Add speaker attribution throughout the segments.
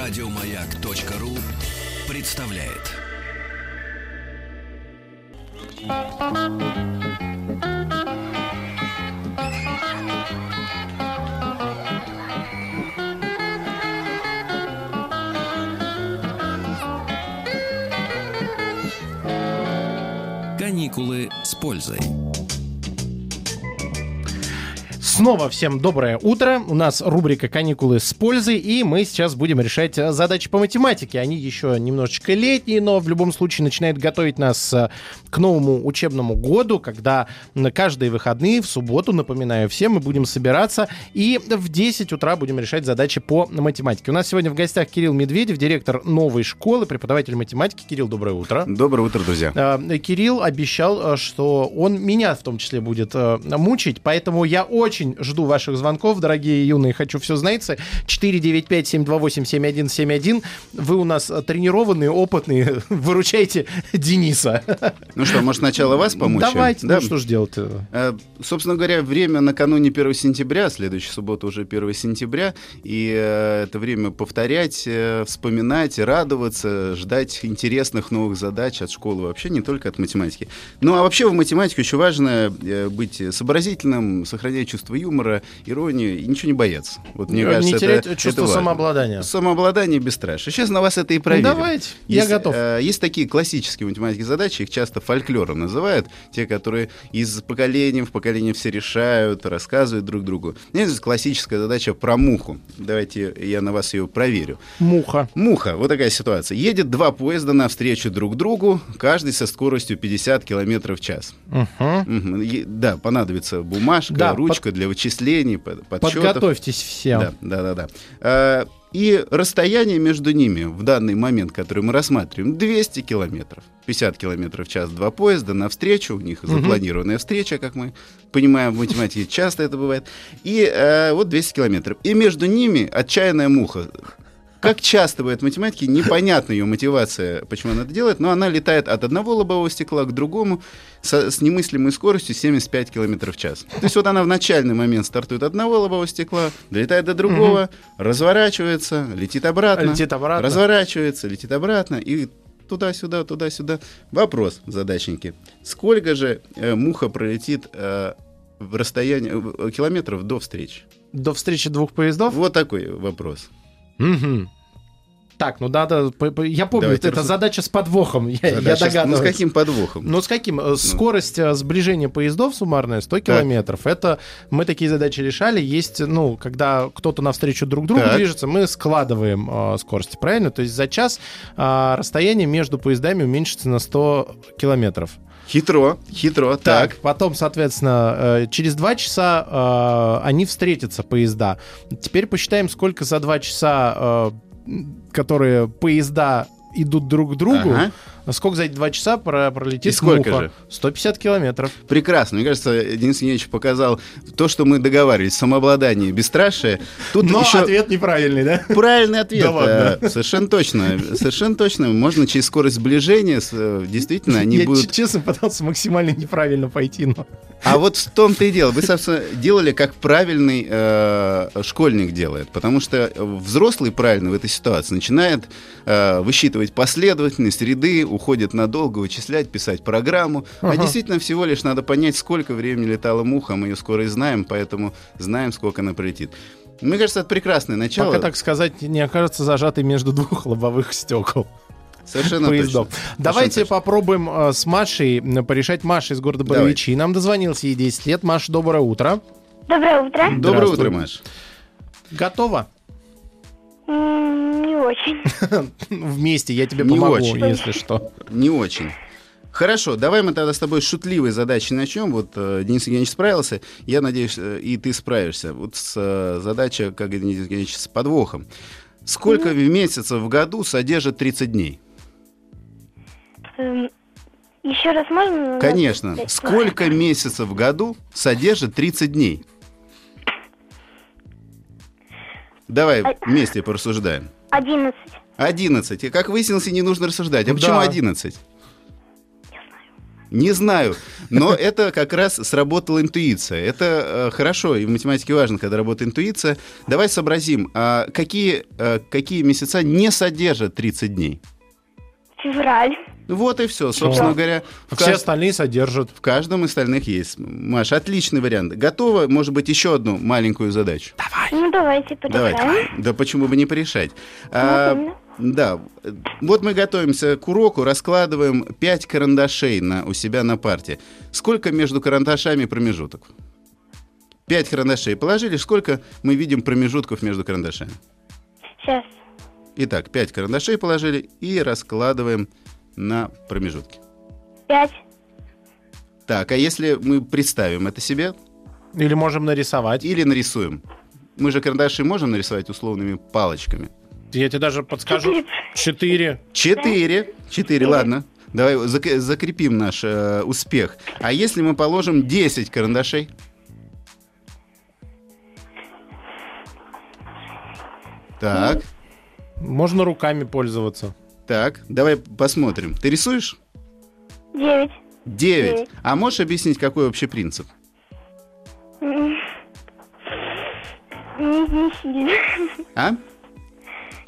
Speaker 1: Радиомаяк.ру представляет.
Speaker 2: Каникулы с пользой.
Speaker 3: Снова всем доброе утро. У нас рубрика «Каникулы с пользой», и мы сейчас будем решать э, задачи по математике. Они еще немножечко летние, но в любом случае начинают готовить нас э, к новому учебному году, когда на каждые выходные, в субботу, напоминаю всем, мы будем собираться и в 10 утра будем решать задачи по математике. У нас сегодня в гостях Кирилл Медведев, директор новой школы, преподаватель математики. Кирилл, доброе утро.
Speaker 4: Доброе утро, друзья.
Speaker 3: Э, Кирилл обещал, э, что он меня в том числе будет э, мучить, поэтому я очень жду ваших звонков, дорогие юные, хочу все знаете. 495-728-7171. Вы у нас э, тренированные, опытные, выручайте Дениса.
Speaker 4: Ну что, может, сначала вас помочь?
Speaker 3: Давайте,
Speaker 4: Да.
Speaker 3: ну что ж делать-то?
Speaker 4: Э, Собственно говоря, время накануне 1 сентября, следующая суббота уже 1 сентября, и э, это время повторять, э, вспоминать, радоваться, ждать интересных новых задач от школы вообще, не только от математики. Ну а вообще в математике очень важно э, быть сообразительным, сохранять чувство юмора, иронию и ничего не бояться. Вот мне
Speaker 3: Э, Не
Speaker 4: кажется, это-
Speaker 3: терять
Speaker 4: это
Speaker 3: чувство
Speaker 4: важно.
Speaker 3: самообладания.
Speaker 4: Самообладание без страшно. Сейчас на вас это и проверим.
Speaker 3: давайте, я
Speaker 4: Есть,
Speaker 3: готов.
Speaker 4: э, есть такие классические математические задачи, их часто фольклором называют, те, которые из поколения в поколение все решают, рассказывают друг другу. Есть классическая задача про муху. Давайте я на вас ее проверю.
Speaker 3: Муха.
Speaker 4: Муха, вот такая ситуация. Едет два поезда навстречу друг другу, каждый со скоростью 50 километров в час.
Speaker 3: Мгм.
Speaker 4: Мгм. Е- Да, понадобится бумажка,
Speaker 3: Да, под-
Speaker 4: ручка для вычислений, под- подсчетов.
Speaker 3: Подготовьтесь все.
Speaker 4: Да, да, да, да. А, И расстояние между ними в данный момент, который мы рассматриваем, 200 километров. 50 километров в час два поезда навстречу, у них
Speaker 3: Мгм.
Speaker 4: запланированная встреча, как мы понимаем в математике, часто это бывает. И э, вот 200 километров. И между ними отчаянная муха. Как часто бывает в математике, непонятна ее мотивация, почему она это делает, но она летает от одного лобового стекла к другому со- с немыслимой скоростью 75 км в час. То есть вот она в начальный момент стартует от одного лобового стекла, долетает до другого, разворачивается, летит обратно,
Speaker 3: Летит обратно.
Speaker 4: разворачивается, летит обратно и туда-сюда, туда-сюда. Вопрос, задачники. Сколько же э, муха пролетит э, в расстоянии э, километров до встречи?
Speaker 3: До встречи двух поездов.
Speaker 4: Вот такой вопрос.
Speaker 3: Мгм. Так, ну надо... по- по- Я помню,
Speaker 4: Давайте
Speaker 3: это
Speaker 4: раз-
Speaker 3: задача с подвохом. Э, Я, я
Speaker 4: Задача с- ну,
Speaker 3: догадываюсь.
Speaker 4: с каким подвохом?
Speaker 3: Но с каким? Э, Скорость э, сближения поездов суммарная 100 километров. Это мы такие задачи решали. Есть, ну, когда кто-то навстречу друг другу
Speaker 4: Так.
Speaker 3: движется, мы складываем э, скорости, правильно? То есть за час э, расстояние между поездами уменьшится на 100 километров.
Speaker 4: Хитро, хитро. Так.
Speaker 3: Так, потом, соответственно, э, через два часа э, они встретятся, поезда. Теперь посчитаем, сколько за два часа, э, м, которые поезда идут друг к другу, А
Speaker 4: Ага.
Speaker 3: сколько за эти два часа про- пролетит
Speaker 4: И сколько
Speaker 3: муха?
Speaker 4: же?
Speaker 3: 150 километров.
Speaker 4: Прекрасно. Мне кажется, Денис Евгеньевич показал то, что мы договаривались. Самообладание, бесстрашие. Тут еще
Speaker 3: ответ неправильный, да?
Speaker 4: правильный ответ.
Speaker 3: Да ладно.
Speaker 4: Э, Совершенно точно. Совершенно точно. Можно через скорость сближения с- э, действительно они
Speaker 3: Я, ч-
Speaker 4: будут...
Speaker 3: честно, пытался максимально неправильно пойти, но...
Speaker 4: А вот в том-то и дело. Вы, собственно, делали, как правильный э, школьник делает. Потому что взрослый правильно в этой ситуации начинает э, высчитывать последовательность, ряды, уходит надолго, вычислять, писать программу. А
Speaker 3: Ага.
Speaker 4: действительно, всего лишь надо понять, сколько времени летала муха. Мы ее скоро и знаем, поэтому знаем, сколько она пролетит. Мне кажется, это прекрасное начало.
Speaker 3: Пока, так сказать, не окажется зажатый между двух лобовых стекол.
Speaker 4: Совершенно
Speaker 3: поездов.
Speaker 4: Ну, точно.
Speaker 3: Давайте
Speaker 4: Совершенно точно.
Speaker 3: попробуем э, с Машей м, порешать. Маша из города
Speaker 4: Давайте.
Speaker 3: Боровичи. Нам дозвонился ей 10 лет. Маша, доброе утро.
Speaker 5: Доброе утро.
Speaker 4: Доброе
Speaker 3: Здравствуй.
Speaker 4: утро, Маш.
Speaker 3: Готова?
Speaker 5: М, Не очень.
Speaker 3: Вместе я тебе
Speaker 4: Не
Speaker 3: помогу,
Speaker 4: очень.
Speaker 3: если что.
Speaker 4: Не очень. Хорошо, давай мы тогда с тобой с шутливой задачей начнем. Вот э, Денис Евгеньевич справился, я надеюсь, э, и ты справишься. Вот с, э, задача, как и Денис Евгеньевич, с подвохом. Сколько в месяцев в году содержит 30 дней?
Speaker 5: Эм, Еще раз можно?
Speaker 4: Конечно.
Speaker 5: Пять.
Speaker 4: Сколько месяцев в году содержит 30 дней? Давай вместе порассуждаем.
Speaker 5: Одиннадцать.
Speaker 3: Ну
Speaker 4: 11. И как выяснилось, и не нужно рассуждать.
Speaker 3: Да.
Speaker 4: А почему 11? Не знаю, но это как раз сработала интуиция. Это э, хорошо, и в математике важно, когда работает интуиция. Давай сообразим, а какие, э, какие месяца не содержат 30 дней?
Speaker 5: Февраль.
Speaker 4: Вот и все, собственно
Speaker 5: Да.
Speaker 4: говоря. в
Speaker 3: Все
Speaker 4: кажд-
Speaker 3: остальные содержат.
Speaker 4: в каждом из остальных есть. Маш, отличный вариант. Готова, может быть, еще одну маленькую задачу?
Speaker 5: Ну, давайте
Speaker 4: Давайте.
Speaker 5: порешаем.
Speaker 4: Да почему бы не порешать? А,
Speaker 5: именно.
Speaker 4: да. Вот мы готовимся к уроку, раскладываем 5 карандашей на, у себя на парте. Сколько между карандашами промежуток? 5 карандашей положили, сколько мы видим промежутков между карандашами?
Speaker 5: Сейчас.
Speaker 4: Итак, 5 карандашей положили и раскладываем на промежутки.
Speaker 5: Пять.
Speaker 4: Так, а если мы представим это себе,
Speaker 3: Или можем нарисовать.
Speaker 4: Или нарисуем. Мы же карандаши можем нарисовать условными палочками.
Speaker 3: Я тебе даже подскажу. Четыре.
Speaker 4: Четыре. Четыре, ладно. Давай зак- закрепим наш э, успех. А если мы положим 10 карандашей? Так,
Speaker 3: Можно руками пользоваться.
Speaker 4: так, давай посмотрим. Ты рисуешь?
Speaker 5: Девять.
Speaker 4: 9.
Speaker 5: Девять.
Speaker 4: А можешь объяснить, какой вообще принцип?
Speaker 5: Не, не сильно.
Speaker 4: А?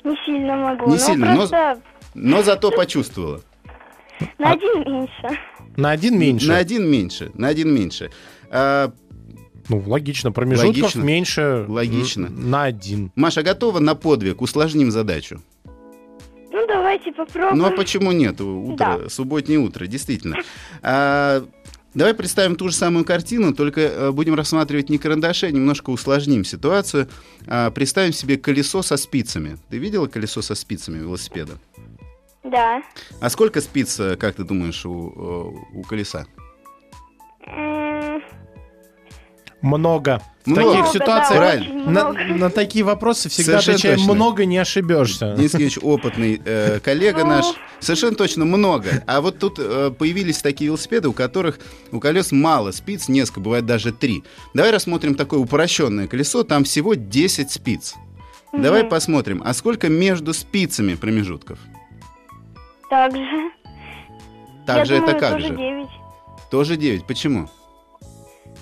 Speaker 5: Не сильно могу.
Speaker 4: Не
Speaker 5: ну,
Speaker 4: сильно, но-
Speaker 5: просто
Speaker 4: Но зато почувствовала. а
Speaker 5: на один меньше.
Speaker 3: На один меньше.
Speaker 4: На один меньше, на один меньше. А,
Speaker 3: Ну, логично. Промежутков
Speaker 4: Логично.
Speaker 3: меньше.
Speaker 4: Логично.
Speaker 3: м, На один.
Speaker 4: Маша готова на подвиг? Усложним задачу.
Speaker 5: Ну, давайте попробуем.
Speaker 4: Ну а почему нет? У- Утро, субботнее утро, действительно. А, давай представим ту же самую картину, только э, будем рассматривать не карандаши, а немножко усложним ситуацию. А, представим себе колесо со спицами. Ты видела колесо со спицами велосипеда?
Speaker 5: Да.
Speaker 4: А сколько спиц, э, как ты думаешь, у, э, у колеса?
Speaker 5: М,
Speaker 3: Много. В
Speaker 4: Много.
Speaker 3: таких
Speaker 5: Эм, много,
Speaker 3: ситуациях
Speaker 5: да,
Speaker 4: Правильно.
Speaker 5: очень
Speaker 3: на,
Speaker 5: много.
Speaker 3: на такие вопросы всегда
Speaker 4: Совершенно
Speaker 3: отвечаем
Speaker 4: точно.
Speaker 3: много, не ошибешься.
Speaker 4: Денис Евгеньевич опытный э, коллега
Speaker 5: Ну.
Speaker 4: наш. Совершенно точно много. А вот тут э, появились такие велосипеды, у которых у колес мало спиц, несколько, бывает даже три. Давай рассмотрим такое упрощенное колесо, там всего 10 спиц. Давай
Speaker 5: Мгм.
Speaker 4: посмотрим, а сколько между спицами промежутков?
Speaker 5: Так же.
Speaker 4: Так
Speaker 5: Я
Speaker 4: же
Speaker 5: думаю,
Speaker 4: это как
Speaker 5: тоже
Speaker 4: же?
Speaker 5: девять.
Speaker 4: Тоже 9. Почему?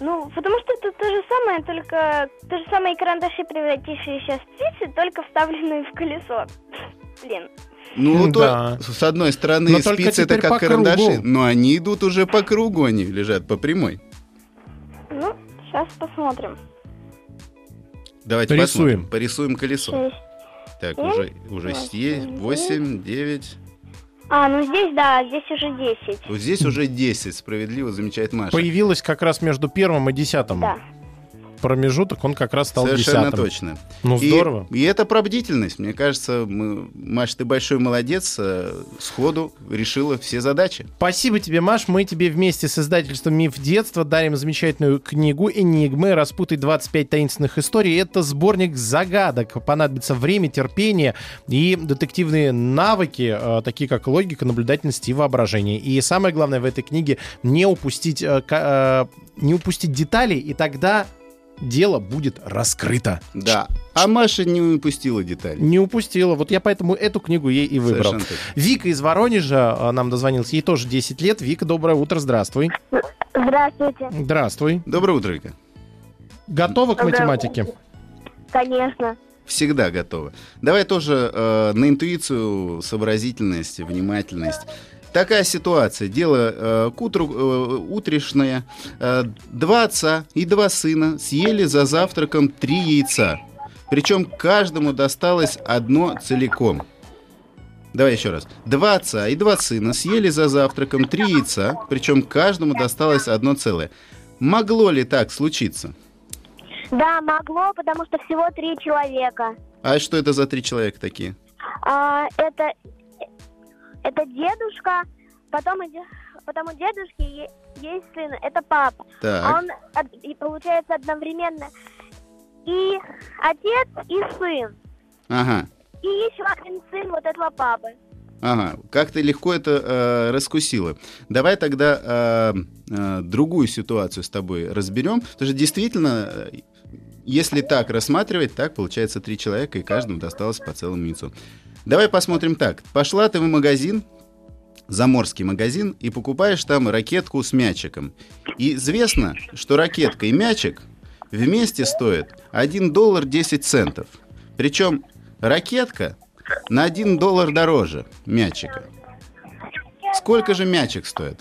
Speaker 5: Ну, потому что это то же самое, только то же самое и карандаши, превратившиеся в спицы, только вставленные в колесо. Блин.
Speaker 4: Ну, то-
Speaker 3: Да.
Speaker 4: с одной стороны,
Speaker 3: Но только
Speaker 4: спицы это
Speaker 3: теперь по
Speaker 4: как карандаши,
Speaker 3: кругу.
Speaker 4: но они идут уже по кругу, они лежат по прямой.
Speaker 5: Ну, сейчас посмотрим.
Speaker 4: Давайте
Speaker 3: Рисуем.
Speaker 4: посмотрим. Порисуем колесо.
Speaker 5: Шесть.
Speaker 4: Так,
Speaker 5: Семь,
Speaker 4: уже, уже есть.
Speaker 5: восемь,
Speaker 4: 8, 9.
Speaker 5: А, ну здесь, да, здесь уже десять.
Speaker 4: Вот здесь уже 10, справедливо замечает Маша.
Speaker 3: Появилось как раз между первым и десятым.
Speaker 5: Да.
Speaker 3: Промежуток, он как раз стал
Speaker 4: Совершенно
Speaker 3: десятым.
Speaker 4: точно.
Speaker 3: Ну,
Speaker 4: И-
Speaker 3: здорово.
Speaker 4: И, это про бдительность. Мне кажется, мы, Маша, ты большой молодец. э, Сходу решила все задачи.
Speaker 3: Спасибо тебе, Маш. Мы тебе вместе с издательством «Миф детства» дарим замечательную книгу «Энигмы. Распутай 25 таинственных историй». Это сборник загадок. Понадобится время, терпение и детективные навыки, э, такие как логика, наблюдательность и воображение. И самое главное в этой книге не упустить, э, ка- э, не упустить детали, и тогда дело будет раскрыто.
Speaker 4: Да. А Маша не упустила детали.
Speaker 3: Не упустила. Вот я поэтому эту книгу ей и выбрал.
Speaker 4: Совершенно точно.
Speaker 3: Вика из Воронежа э, нам дозвонилась. Ей тоже 10 лет. Вика, доброе утро. Здравствуй.
Speaker 5: Здравствуйте.
Speaker 3: Здравствуй.
Speaker 4: Доброе утро, Вика.
Speaker 3: Готова к
Speaker 5: Доброе
Speaker 3: математике?
Speaker 5: Конечно.
Speaker 4: Всегда готова. Давай тоже э, на интуицию, сообразительность, внимательность. Такая ситуация. Дело э, к утру, э, утрешное. Э, два отца и два сына съели за завтраком три яйца. Причем каждому досталось одно целиком. Давай еще раз. Два отца и два сына съели за завтраком три яйца, причем каждому досталось одно целое. Могло ли так случиться?
Speaker 5: Да, могло, потому что всего три человека.
Speaker 4: А что это за три человека такие?
Speaker 5: А, это, это дедушка, потом, иде- потом у дедушки е- есть сын, это папа.
Speaker 4: Так.
Speaker 5: А Он, од- и получается, одновременно и отец, и сын.
Speaker 4: Ага.
Speaker 5: И еще один сын вот этого папы.
Speaker 4: Ага, как ты легко это э, раскусила. Давай тогда э, э, другую ситуацию с тобой разберем. Потому что действительно, э, если так рассматривать, так получается три человека, и каждому досталось по целому яйцу. Давай посмотрим так. Пошла ты в магазин, заморский магазин и покупаешь там ракетку с мячиком. И известно, что ракетка и мячик вместе стоят 1 доллар 10 центов. Причем ракетка на 1 доллар дороже мячика. Сколько же мячик стоит?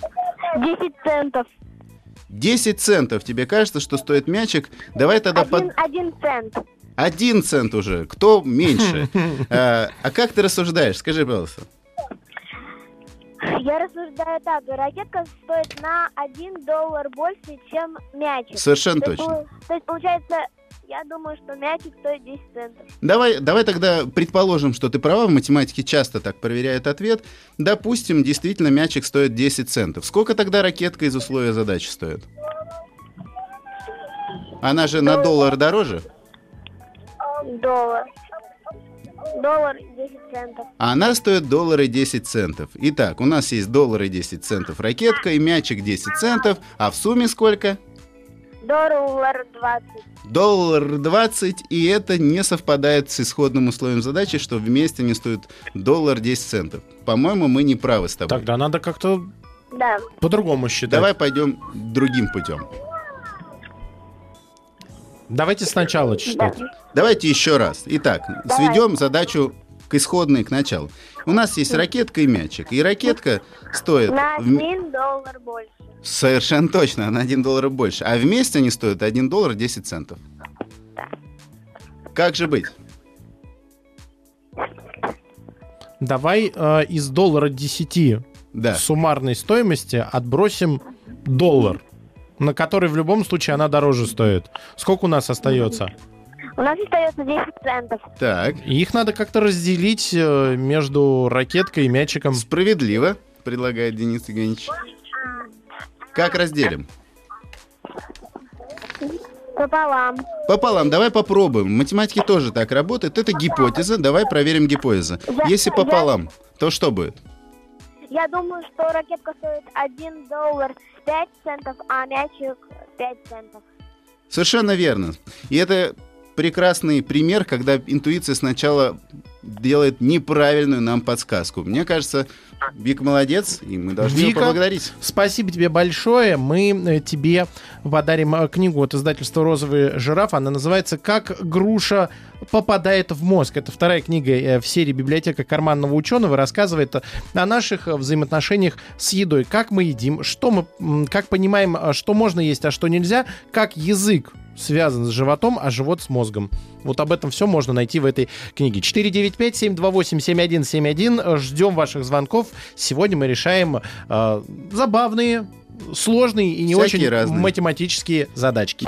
Speaker 5: 10 центов.
Speaker 4: 10 центов тебе кажется, что стоит мячик. Давай тогда
Speaker 5: Один,
Speaker 4: под...
Speaker 5: один цент.
Speaker 4: Один цент уже. Кто меньше? Э, А как ты рассуждаешь? Скажи, пожалуйста.
Speaker 5: Я рассуждаю так. Ракетка стоит на 1 доллар больше, чем мячик.
Speaker 4: Совершенно
Speaker 5: То есть,
Speaker 4: точно.
Speaker 5: пол- То есть получается, я думаю, что мячик стоит 10 центов.
Speaker 4: Давай, давай тогда предположим, что ты права, в математике часто так проверяют ответ. Допустим, действительно мячик стоит 10 центов. Сколько тогда ракетка из условия задачи стоит? Она же на доллар дороже,
Speaker 5: Доллар. Доллар и 10 центов.
Speaker 4: а она стоит доллар и 10 центов. Итак, у нас есть доллар и 10 центов ракетка и мячик 10 центов, а в сумме сколько?
Speaker 5: Доллар 20.
Speaker 4: Доллар 20, и это не совпадает с исходным условием задачи, что вместе они стоят доллар 10 центов. По-моему, мы не правы с тобой.
Speaker 3: Тогда надо как-то
Speaker 5: Да.
Speaker 3: по-другому считать.
Speaker 4: Давай пойдем другим путем.
Speaker 3: Давайте сначала читать.
Speaker 4: Давайте еще раз. Итак,
Speaker 5: Давай.
Speaker 4: сведем задачу к исходной, к началу. У нас есть ракетка и мячик. И ракетка стоит...
Speaker 5: На
Speaker 4: вм-
Speaker 5: 1 доллар больше.
Speaker 4: Совершенно точно, на 1 доллар больше. А вместе они стоят 1 доллар 10 центов. Как же быть?
Speaker 3: Давай э, из доллара 10
Speaker 4: Да.
Speaker 3: суммарной стоимости отбросим доллар, на который в любом случае она дороже стоит. Сколько у нас остается?
Speaker 5: У нас остается 10 центов.
Speaker 4: Так.
Speaker 3: И Их надо как-то разделить э, между ракеткой и мячиком.
Speaker 4: Справедливо, предлагает Денис Евгеньевич.
Speaker 5: А,
Speaker 4: Как разделим?
Speaker 5: Пополам.
Speaker 4: Пополам, давай попробуем. В математике тоже так работает. Это гипотеза, давай проверим гипотезу.
Speaker 5: Я-
Speaker 4: Если
Speaker 5: я-
Speaker 4: пополам, то что будет?
Speaker 5: Я думаю, что ракетка стоит 1 доллар 5 центов, а мячик 5 центов.
Speaker 4: Совершенно верно. И это прекрасный пример, когда интуиция сначала делает неправильную нам подсказку. Мне кажется, Вик молодец, и мы должны
Speaker 3: Вика?
Speaker 4: его поблагодарить.
Speaker 3: Спасибо тебе большое. Мы э, тебе подарим э, книгу от издательства «Розовый жираф». Она называется «Как груша попадает в мозг». Это вторая книга э, в серии «Библиотека карманного ученого». Рассказывает э, о наших э, взаимоотношениях с едой. Как мы едим, что мы, м, как понимаем, э, что можно есть, а что нельзя. Как язык связан с животом, а живот с мозгом. Вот об этом все можно найти в этой книге. 495-728-7171. Ждем ваших звонков. Сегодня мы решаем э, забавные, сложные и не
Speaker 4: Всякие
Speaker 3: очень
Speaker 4: разные.
Speaker 3: математические задачки.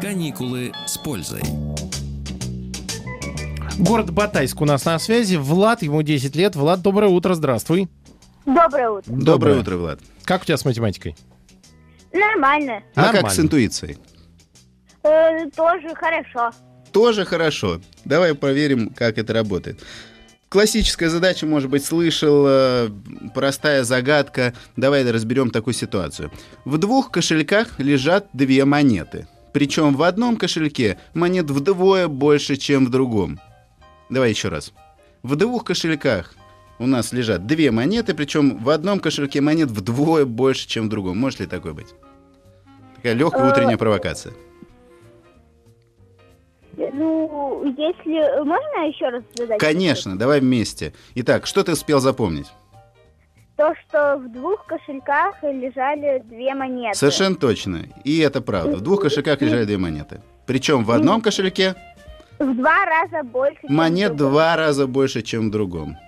Speaker 1: Каникулы с пользой.
Speaker 3: Город Батайск у нас на связи. Влад, ему 10 лет. Влад, доброе утро, здравствуй.
Speaker 5: Доброе утро.
Speaker 4: Доброе утро, Влад.
Speaker 3: Как у тебя с математикой?
Speaker 5: Нормально. Э,
Speaker 4: А как
Speaker 3: Нормально.
Speaker 4: с интуицией?
Speaker 5: тоже хорошо.
Speaker 4: Тоже хорошо. Давай проверим, как это работает. Классическая задача, может быть, слышал, э, простая загадка. Давай разберем такую ситуацию. В двух кошельках лежат две монеты. Причем в одном кошельке монет вдвое больше, чем в другом. Давай еще раз. В двух кошельках у нас лежат две монеты, причем в одном кошельке монет вдвое больше, чем в другом. Может ли такое быть? Такая легкая утренняя провокация.
Speaker 5: Ну, если... Можно еще раз задать?
Speaker 4: Конечно, давай вместе. Итак, что ты успел запомнить?
Speaker 5: То, что в двух кошельках лежали две монеты.
Speaker 4: Совершенно точно. И это правда. В двух кошельках лежали две монеты. Причем в одном кошельке
Speaker 5: В два раза больше. чем
Speaker 4: монет
Speaker 5: в другом.
Speaker 4: два раза больше, чем в другом.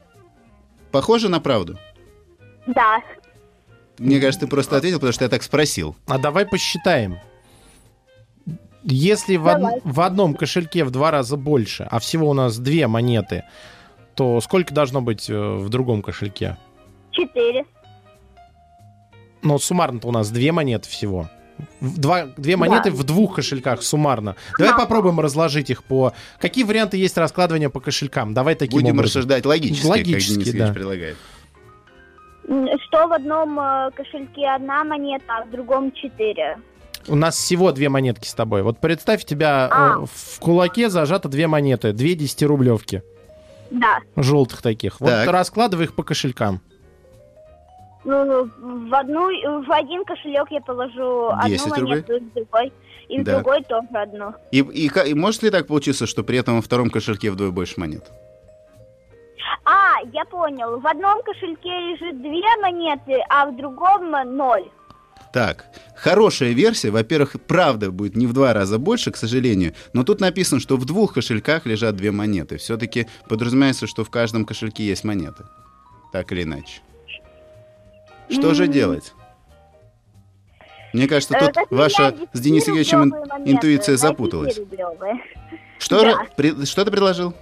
Speaker 4: Похоже на правду?
Speaker 5: Да.
Speaker 4: Мне кажется, ты просто ответил, потому что я так спросил.
Speaker 3: А давай посчитаем. Если в, од-
Speaker 5: Давай.
Speaker 3: в одном кошельке в два раза больше, а всего у нас две монеты, то сколько должно быть э, в другом кошельке?
Speaker 5: Четыре.
Speaker 3: Ну, суммарно-то у нас две монеты всего. В Два, две монеты в двух кошельках суммарно. Давай
Speaker 5: Да.
Speaker 3: попробуем разложить их по... Какие варианты есть раскладывания по кошелькам? Давай таким
Speaker 4: Будем
Speaker 3: образом.
Speaker 4: рассуждать логически, как
Speaker 3: Логически,
Speaker 4: Денис Евгеньевич
Speaker 3: да.
Speaker 4: предлагает.
Speaker 5: М, Что в одном э, кошельке одна монета, а в другом четыре.
Speaker 3: У нас всего две монетки с тобой. Вот представь, тебя
Speaker 5: А.
Speaker 3: э, в кулаке зажато две монеты, две десятирублевки.
Speaker 5: Да.
Speaker 3: Желтых таких.
Speaker 4: Так.
Speaker 3: Вот раскладывай их по кошелькам.
Speaker 5: Ну, в, одну, в один кошелек я положу одну
Speaker 4: 10 рублей?
Speaker 5: монету, и в другой, и в
Speaker 4: Да.
Speaker 5: другой тоже одну.
Speaker 4: И, и ка- и может ли так получиться, что при этом во втором кошельке вдвое больше монет?
Speaker 5: А, я понял. В одном кошельке лежит две монеты, а в другом э, ноль.
Speaker 4: Так, хорошая версия, во-первых, правда будет не в два раза больше, к сожалению, но тут написано, что в двух кошельках лежат две монеты. Все-таки подразумевается, что в каждом кошельке есть монеты. Так или иначе. Что же
Speaker 5: М.
Speaker 4: делать? Мне кажется,
Speaker 5: Э,
Speaker 4: тут
Speaker 5: как
Speaker 4: ваша
Speaker 5: меня
Speaker 4: с Денисом Евгеньевичем ин-
Speaker 5: 10-рублевые монеты
Speaker 4: интуиция
Speaker 5: на
Speaker 4: запуталась.
Speaker 5: 10-рублевые.
Speaker 4: Что,
Speaker 5: Да.
Speaker 4: ра- при- что ты предложил?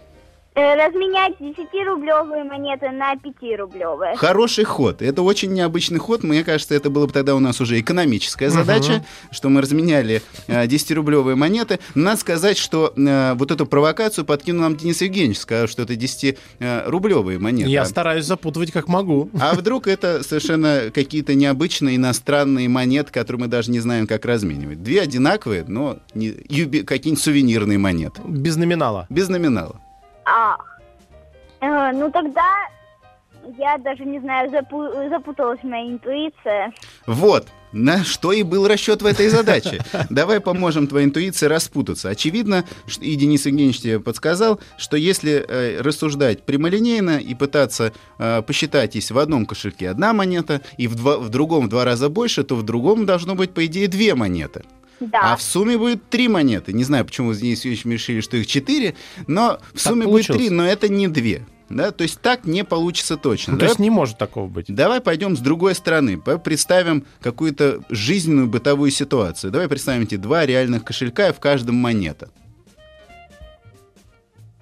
Speaker 5: Э, Разменять 10-рублевые монеты на 5-рублевые.
Speaker 4: Хороший ход. Это очень необычный ход. Мне кажется, это было бы тогда у нас уже экономическая
Speaker 3: Мгм.
Speaker 4: задача, что мы разменяли э, 10-рублевые монеты. Надо сказать, что э, вот эту провокацию подкинул нам Денис Евгеньевич, сказал, что это 10-рублевые монеты.
Speaker 3: Я
Speaker 4: А-
Speaker 3: стараюсь запутывать как могу.
Speaker 4: А вдруг это совершенно какие-то необычные иностранные монеты, которые мы даже не знаем, как разменивать. Две одинаковые, но не- юби- какие-нибудь сувенирные монеты.
Speaker 3: Без номинала.
Speaker 4: Без номинала.
Speaker 5: А, э, ну тогда я даже не знаю, запу- запуталась моя интуиция.
Speaker 4: Вот. На что и был расчет в этой задаче. Давай поможем твоей интуиции распутаться. Очевидно, ш- и Денис Евгеньевич тебе подсказал, что если э, рассуждать прямолинейно и пытаться э, посчитать, если в одном кошельке одна монета, и в, два- в другом в два раза больше, то в другом должно быть, по идее, две монеты.
Speaker 5: Да.
Speaker 4: А в сумме будет три монеты. Не знаю, почему с Денисом Евгеньевичем решили, что их четыре, но в сумме будет три,
Speaker 3: получилось.
Speaker 4: но это не две. Да? То есть так не получится точно.
Speaker 3: Ну, То
Speaker 4: Давай
Speaker 3: есть не может такого быть.
Speaker 4: Давай пойдем с другой стороны. П- Представим какую-то жизненную бытовую ситуацию. Давай представим эти два реальных кошелька и в каждом монета.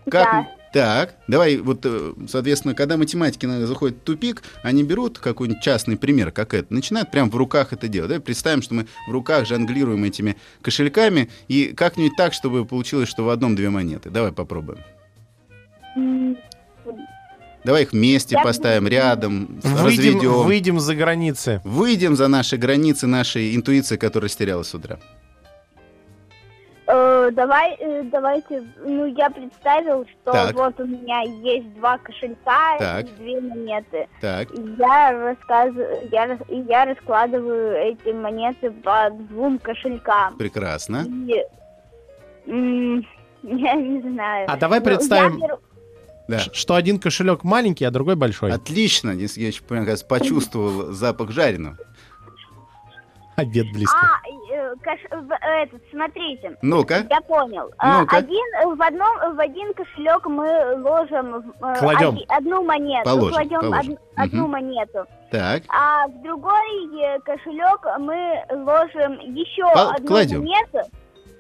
Speaker 5: Да.
Speaker 4: Так, давай вот, э, соответственно, когда математики наверное, заходят в тупик, они берут какой-нибудь частный пример, как это, начинают прямо в руках это делать. Давай представим, что мы в руках жонглируем этими кошельками и как-нибудь так, чтобы получилось, что в одном две монеты. Давай попробуем.
Speaker 5: М,
Speaker 4: Давай их вместе
Speaker 5: Я-
Speaker 4: поставим рядом,
Speaker 3: Выйдем,
Speaker 4: разведем.
Speaker 3: выйдем за границы.
Speaker 4: Выйдем за наши границы нашей интуиции, которая растерялась с утра.
Speaker 5: э, давай, э, давайте, ну я представил, что
Speaker 4: Так.
Speaker 5: вот у меня есть два кошелька
Speaker 4: Так.
Speaker 5: и две монеты.
Speaker 4: Так,
Speaker 5: И Я рассказываю, я, рас- и я раскладываю эти монеты по двум кошелькам.
Speaker 4: прекрасно.
Speaker 5: И, м, я не знаю.
Speaker 3: А давай
Speaker 5: Ну, я
Speaker 3: представим-
Speaker 5: беру-
Speaker 4: Да.
Speaker 3: Ш- Что один кошелек маленький, а другой большой.
Speaker 4: Отлично, Денис Евгеньевич, прям, кажется, почувствовал запах жареного.
Speaker 3: Обед близко.
Speaker 5: А, э, кош- в- этот, смотрите.
Speaker 4: Ну-ка,
Speaker 5: Я понял. А,
Speaker 4: Ну-ка.
Speaker 5: Один, э, в, одном, в один кошелек мы ложим э,
Speaker 3: Кладем.
Speaker 5: оди- одну монету.
Speaker 4: Положим,
Speaker 5: кладем
Speaker 4: положим.
Speaker 5: од- одну
Speaker 4: Мгм.
Speaker 5: монету.
Speaker 4: так,
Speaker 5: А в другой э, кошелек мы ложим еще
Speaker 4: Кла-
Speaker 5: одну
Speaker 4: кладем.
Speaker 5: монету.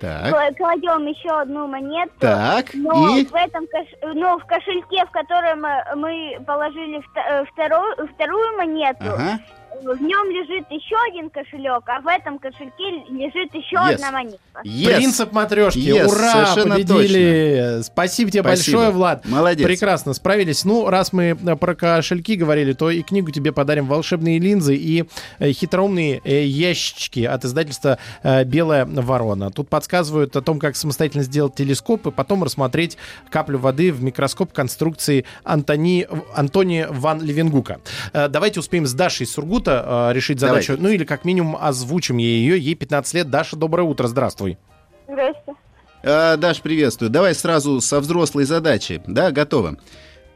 Speaker 4: так,
Speaker 5: кла- Кладем еще одну монету.
Speaker 4: так,
Speaker 5: Но
Speaker 4: и...
Speaker 5: в этом кош- но в кошельке, в котором э, мы положили вто- э, вторую, вторую монету,
Speaker 4: Ага,
Speaker 5: в нем лежит еще один кошелек, а в этом кошельке лежит еще
Speaker 4: Yes.
Speaker 5: одна монета.
Speaker 4: yes.
Speaker 3: Принцип матрешки.
Speaker 4: Yes,
Speaker 3: Ура!
Speaker 4: совершенно
Speaker 3: Победили! Спасибо тебе
Speaker 4: Спасибо.
Speaker 3: большое, Влад.
Speaker 4: Молодец.
Speaker 3: Прекрасно, справились. Ну, раз мы э, про кошельки говорили, то и книгу тебе подарим «Волшебные линзы» и э, «Хитроумные э, ящички» от издательства э, «Белая ворона». Тут подсказывают о том, как самостоятельно сделать телескоп и потом рассмотреть каплю воды в микроскоп конструкции Антони, Антони Ван Левенгука. Э, Давайте успеем с Дашей из Сургута э, решить
Speaker 4: Давайте.
Speaker 3: задачу. Ну, или как минимум озвучим ей ее. Ей 15 лет. Даша, доброе утро. Здравствуй.
Speaker 5: Здрасте.
Speaker 4: А, Даш, приветствую. Давай сразу со взрослой задачи. Да, готово.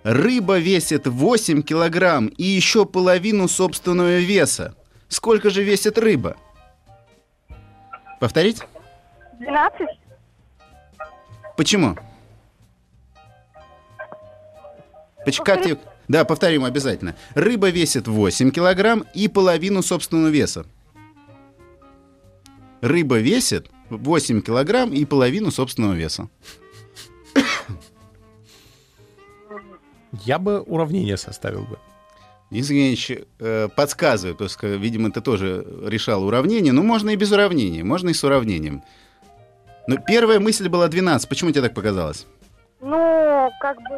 Speaker 4: Рыба весит 8 килограмм и еще половину собственного веса. Сколько же весит рыба? Повторить?
Speaker 5: 12?
Speaker 4: Почему? Поч- как тебе- Да, повторим обязательно. Рыба весит 8 килограмм и половину собственного веса. Рыба весит 8 килограмм и половину собственного веса.
Speaker 3: Я бы уравнение составил бы.
Speaker 4: Денис Евгеньевич э, подсказывает, то есть, э, видимо, ты тоже решал уравнение, но можно и без уравнения, можно и с уравнением. Но первая мысль была 12, почему тебе так показалось?
Speaker 5: Ну, как бы,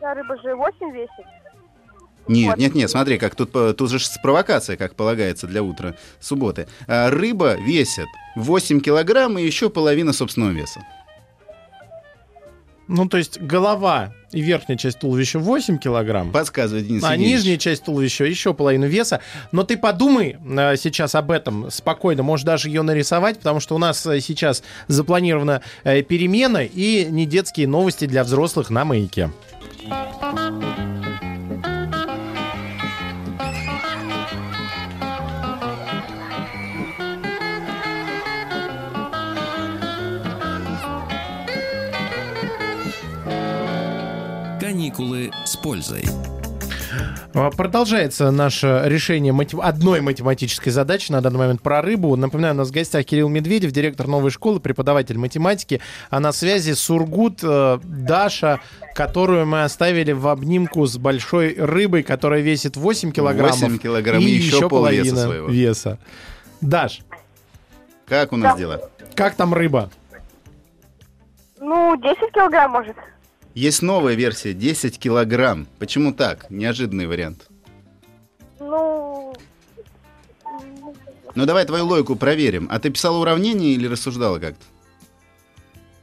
Speaker 5: да, рыба же 8 весит.
Speaker 4: Нет,
Speaker 5: Вот.
Speaker 4: нет, нет, смотри, как тут, э, тут же ж провокация, как полагается, для утра субботы. А, Рыба весит 8 килограмм и еще половина собственного веса.
Speaker 3: Ну, то есть голова и верхняя часть туловища 8 килограмм,
Speaker 4: Подсказывает Денис
Speaker 3: а
Speaker 4: Евгеньевич.
Speaker 3: нижняя часть туловища еще половину веса. Но ты подумай э, сейчас об этом спокойно, можешь даже ее нарисовать, потому что у нас э, сейчас запланирована э, перемена и не детские новости для взрослых на маяке.
Speaker 1: Каникулы с пользой.
Speaker 3: А, Продолжается наше решение матем- одной математической задачи на данный момент про рыбу. Напоминаю, у нас в гостях Кирилл Медведев, директор новой школы, преподаватель математики. А на связи Сургут, э, Даша, которую мы оставили в обнимку с большой рыбой, которая весит 8 килограммов.
Speaker 4: 8 килограмм и еще
Speaker 3: ещё
Speaker 4: полвеса
Speaker 3: половина
Speaker 4: своего.
Speaker 3: веса. Даш,
Speaker 4: Как у нас
Speaker 5: Да.
Speaker 4: дела?
Speaker 3: как там рыба?
Speaker 5: Ну, 10 килограмм может.
Speaker 4: Есть новая версия 10 килограмм. Почему так? Неожиданный вариант.
Speaker 5: Ну,
Speaker 4: Ну давай твою логику проверим. А ты писала уравнение или рассуждала как-то?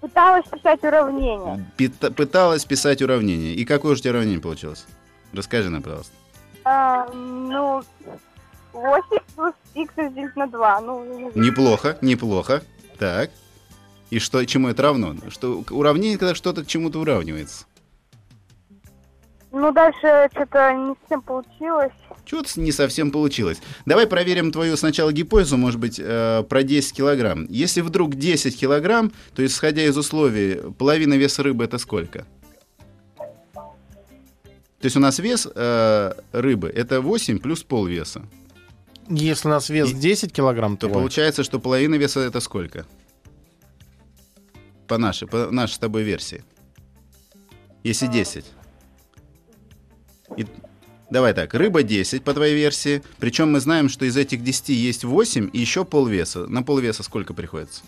Speaker 5: пыталась писать уравнение.
Speaker 4: Пита- пыталась писать уравнение. И какое же у тебя уравнение получилось? Расскажи нам, пожалуйста.
Speaker 5: А, ну, 8 плюс x разделить на 2. Ну, не знаю.
Speaker 4: Неплохо, неплохо. Так. И что, чему это равно? Что уравнение, когда что-то к чему-то уравнивается.
Speaker 5: ну дальше что-то не совсем получилось.
Speaker 4: Чего-то не совсем получилось. Давай проверим твою сначала гипотезу, может быть, э, про 10 килограмм. Если вдруг 10 килограмм, то исходя из условий, половина веса рыбы это сколько? То есть у нас вес э, рыбы это 8 плюс полвеса.
Speaker 3: Если у нас вес
Speaker 4: И-
Speaker 3: 10 килограмм,
Speaker 4: То
Speaker 3: то
Speaker 4: получается, что половина веса это сколько? По нашей, по нашей с тобой версии. Если 10. И- Давай так, рыба 10 по твоей версии. Причем мы знаем, что из этих 10 есть 8 и еще полвеса. На полвеса сколько приходится?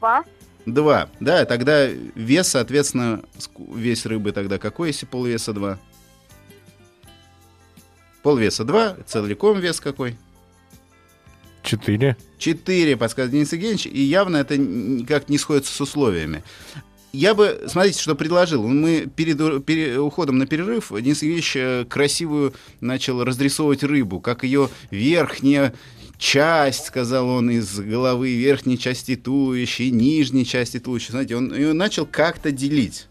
Speaker 5: 2.
Speaker 4: 2. Да, тогда вес, соответственно, ск- вес рыбы тогда какой, если полвеса 2? Полвеса 2, целиком вес какой?
Speaker 3: 4.
Speaker 4: 4, подсказывает Денис Евгеньевич, и явно это никак не сходится с условиями. Я бы, смотрите, что предложил. Мы перед у- пере- уходом на перерыв Денис Евгеньевич э, красивую начал разрисовывать рыбу, как ее верхняя часть, сказал он, из головы верхней части туловища и нижней части туловища. Знаете, он ее начал как-то делить.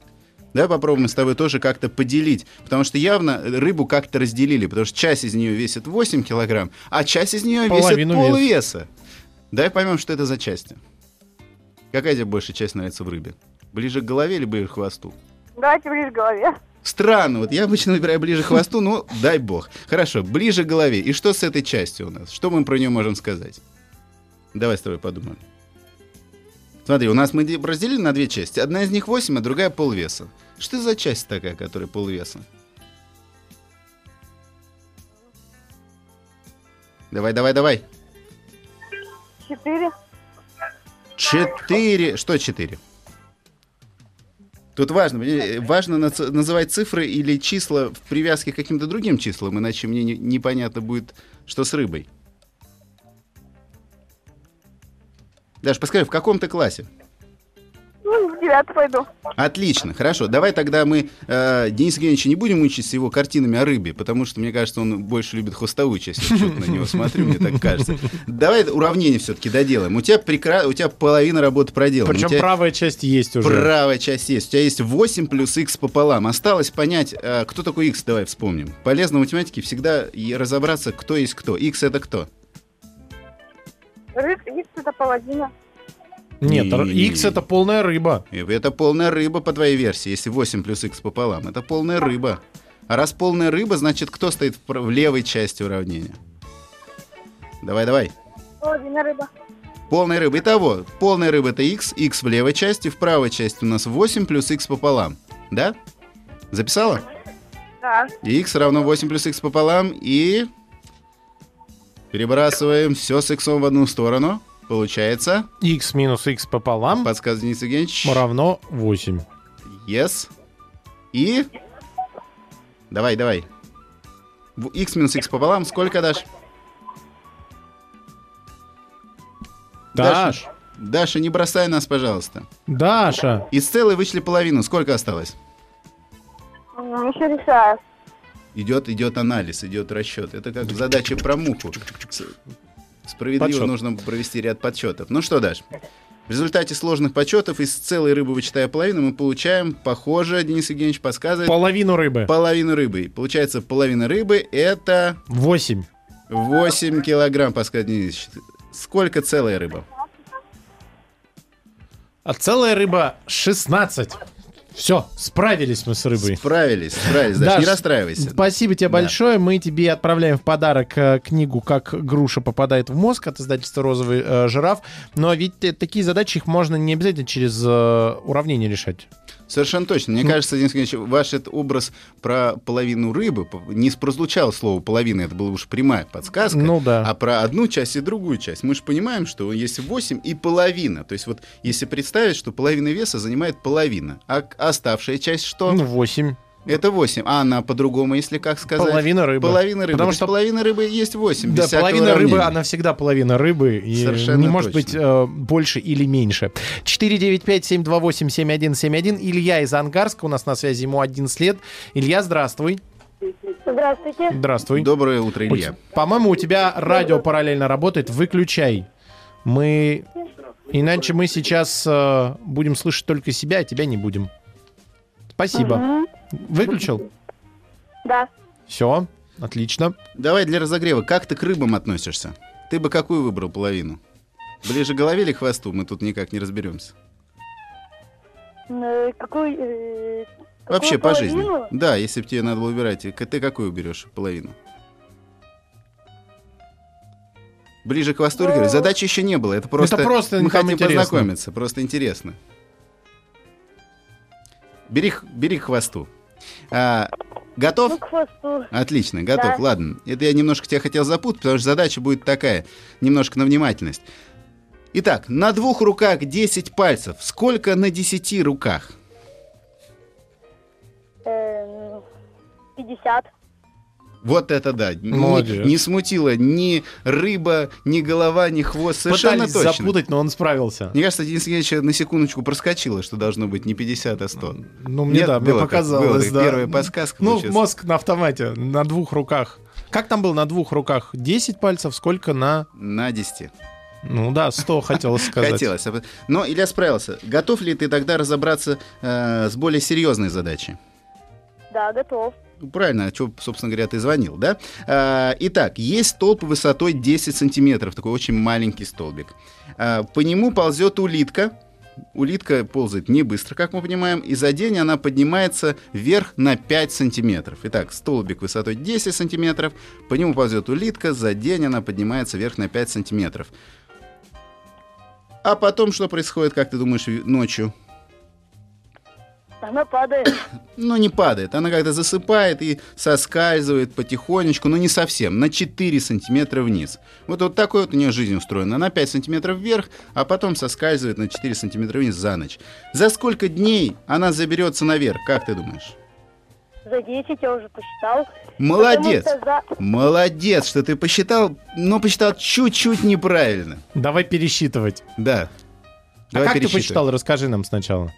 Speaker 4: Давай попробуем с тобой тоже как-то поделить. Потому что явно рыбу как-то разделили. Потому что часть из нее весит 8 килограмм, а часть из нее весит
Speaker 3: Половину веса.
Speaker 4: полвеса. Давай поймем, что это за части. Какая тебе больше часть нравится в рыбе? Ближе к голове или ближе к хвосту?
Speaker 5: Давайте ближе к голове.
Speaker 4: Странно, вот я обычно выбираю ближе к хвосту, но дай бог. Хорошо, ближе к голове. И что с этой частью у нас? Что мы про нее можем сказать? Давай с тобой подумаем. Смотри, у нас мы де- разделили на две части. Одна из них 8, а другая полвеса. Что это за часть такая, которая полвеса? Давай, давай, давай.
Speaker 5: 4.
Speaker 4: Четыре. Что четыре? Тут важно, понимаете, важно нац- называть цифры или числа в привязке к каким-то другим числам, иначе мне не- непонятно будет, что с рыбой. Даже подскажи, в каком ты классе?
Speaker 5: Ну, в 9 пойду.
Speaker 4: Отлично, хорошо. Давай тогда мы э, Дениса Евгеньевича не будем мучить с его картинами о рыбе, потому что, мне кажется, он больше любит хвостовую часть. Я чё-то на него смотрю, мне так кажется. Давай уравнение все-таки доделаем. У тебя, прекра... у тебя половина работы проделана. Ну, У
Speaker 3: Причем
Speaker 4: тебя-
Speaker 3: правая часть есть уже.
Speaker 4: Правая часть есть. У тебя есть 8 плюс x пополам. Осталось понять, э, кто такой x, давай вспомним. Полезно в математике всегда и разобраться, кто есть кто. x это кто?
Speaker 5: Рыб, x это половина.
Speaker 3: Нет,
Speaker 4: Не-не-не.
Speaker 3: X это полная рыба.
Speaker 4: И Это полная рыба по твоей версии, если 8 плюс x пополам. Это полная рыба. А раз полная рыба, значит, кто стоит в, пр- в левой части уравнения? Давай, давай.
Speaker 5: Половина рыба.
Speaker 4: Полная рыба. Итого, полная рыба это x, x в левой части, в правой части у нас 8 плюс x пополам. Да? Записала?
Speaker 5: Да.
Speaker 4: И x равно 8 плюс x пополам. И перебрасываем все с x в одну сторону. Получается,
Speaker 3: X минус X пополам
Speaker 4: подсказывает Денис Евгеньевич.
Speaker 3: равно 8.
Speaker 4: Yes. И... Давай, давай. В x минус x пополам сколько дашь?
Speaker 3: Даш.
Speaker 4: Даша, не бросай нас, пожалуйста.
Speaker 3: Даша.
Speaker 4: Из целой вычли половину. Сколько осталось?
Speaker 5: Еще решаю.
Speaker 4: Идет, идет анализ, идет расчет. Это как задача про муху. С- Справедливо
Speaker 3: Подсчет.
Speaker 4: нужно провести ряд подсчетов. Ну что, Даш, в результате сложных подсчетов из целой рыбы вычитая половину, мы получаем, похоже, Денис Евгеньевич подсказывает,
Speaker 3: Половину рыбы.
Speaker 4: половину рыбы. И Получается, половина рыбы — это
Speaker 3: Восемь.
Speaker 4: 8 килограмм, Паскаль Денисович. Сколько целая рыба?
Speaker 3: А целая рыба 16. Все, справились мы с рыбой.
Speaker 4: Справились, справились, Даш,
Speaker 3: Даш,
Speaker 4: не расстраивайся.
Speaker 3: Спасибо тебе
Speaker 4: Да.
Speaker 3: большое. Мы тебе отправляем в подарок э, книгу «Как груша попадает в мозг» от издательства «Розовый э, жираф». Но ведь э, такие задачи их можно не обязательно через э, уравнение решать.
Speaker 4: Совершенно точно. Мне кажется, Денис Евгеньевич, ваш этот образ про половину рыбы по- не прозвучало слово половина, это была уж прямая подсказка.
Speaker 3: Ну да.
Speaker 4: А про одну часть и другую часть. Мы же понимаем, что есть 8 и половина. То есть вот если представить, что половина веса занимает половина, а к- оставшая часть что?
Speaker 3: Ну, 8.
Speaker 4: Это 8. А она по-другому, если как сказать?
Speaker 3: Половина рыбы.
Speaker 4: Половина рыбы.
Speaker 3: Потому
Speaker 4: Потому
Speaker 3: что-
Speaker 4: что половина рыбы есть 8.
Speaker 3: Да, половина рыбы, она всегда половина рыбы. И
Speaker 4: Совершенно
Speaker 3: не может
Speaker 4: точно.
Speaker 3: быть э, больше или меньше. 495-728-7171. Илья из Ангарска у нас на связи, ему 11 лет. Илья, здравствуй.
Speaker 5: Здравствуйте.
Speaker 3: Здравствуй.
Speaker 4: Доброе утро,
Speaker 3: У
Speaker 4: Илья.
Speaker 3: те- По-моему, у тебя радио параллельно работает. Выключай. Мы... Иначе мы сейчас э, будем слышать только себя, а тебя не будем. Спасибо.
Speaker 5: Мгм.
Speaker 3: Выключил?
Speaker 5: Да.
Speaker 3: Все. Отлично.
Speaker 4: Давай для разогрева. Как ты к рыбам относишься? Ты бы какую выбрал половину? Ближе к голове или к хвосту? Мы тут никак не разберемся.
Speaker 5: Э, Какой... э, какую
Speaker 4: Вообще, по жизни.
Speaker 5: половину?
Speaker 4: Да, если бы тебе надо было выбирать, и к- ты какую берешь половину? Ближе к хвосту или
Speaker 5: Ну,
Speaker 4: к голове? Задачи еще не было. Это просто,
Speaker 3: просто
Speaker 4: мы
Speaker 3: там
Speaker 4: хотим
Speaker 3: интересно.
Speaker 4: познакомиться. Просто интересно. Бери, х- бери к хвосту. А, готов?
Speaker 5: Ну, к хвосту.
Speaker 4: Отлично, готов.
Speaker 5: Да.
Speaker 4: Ладно. Это я немножко тебя хотел запутать, потому что задача будет такая. Немножко на внимательность. Итак, на двух руках 10 пальцев. Сколько на 10 руках?
Speaker 5: Эм, 50.
Speaker 4: Вот это да. Ни-
Speaker 3: Молодец.
Speaker 4: Не, смутило ни рыба, ни голова, ни хвост. Совершенно
Speaker 3: Пытались
Speaker 4: точно.
Speaker 3: запутать, но он справился.
Speaker 4: Мне кажется, Денис Евгеньевич на секундочку проскочило, что должно быть не 50, а 100.
Speaker 3: Ну, мне
Speaker 4: Нет,
Speaker 3: да, мне
Speaker 4: было так, было
Speaker 3: показалось,
Speaker 4: так.
Speaker 3: да.
Speaker 4: Первая подсказка
Speaker 3: Ну,
Speaker 4: получилась.
Speaker 3: мозг на автомате, на двух руках. Как там было на двух руках? 10 пальцев, сколько на...
Speaker 4: На 10.
Speaker 3: Ну да, 100 хотелось сказать.
Speaker 4: Хотелось. А Но Илья справился. Готов ли ты тогда разобраться э, с более серьезной задачей?
Speaker 5: Да, готов.
Speaker 4: Ну, Правильно, о чем, собственно говоря, ты звонил, да? А, Итак, есть столб высотой 10 сантиметров, такой очень маленький столбик. А, По нему ползет улитка. Улитка ползает не быстро, как мы понимаем, и за день она поднимается вверх на 5 сантиметров. Итак, столбик высотой 10 сантиметров, по нему ползет улитка, за день она поднимается вверх на 5 сантиметров. А потом что происходит, как ты думаешь, в- ночью?
Speaker 5: Она падает.
Speaker 4: но Ну, не падает. Она как-то засыпает и соскальзывает потихонечку, но не совсем, на 4 сантиметра вниз. Вот, вот такой вот у нее жизнь устроена. На 5 сантиметров вверх, а потом соскальзывает на 4 сантиметра вниз за ночь. За сколько дней она заберется наверх, как ты думаешь?
Speaker 5: За 10 я уже посчитал.
Speaker 4: Молодец!
Speaker 5: Потому что за-
Speaker 4: Молодец, что ты посчитал, но посчитал чуть-чуть неправильно.
Speaker 3: Давай пересчитывать.
Speaker 4: Да.
Speaker 3: а
Speaker 4: Давай
Speaker 3: как ты
Speaker 4: пересчитывай.
Speaker 3: посчитал? Расскажи нам сначала.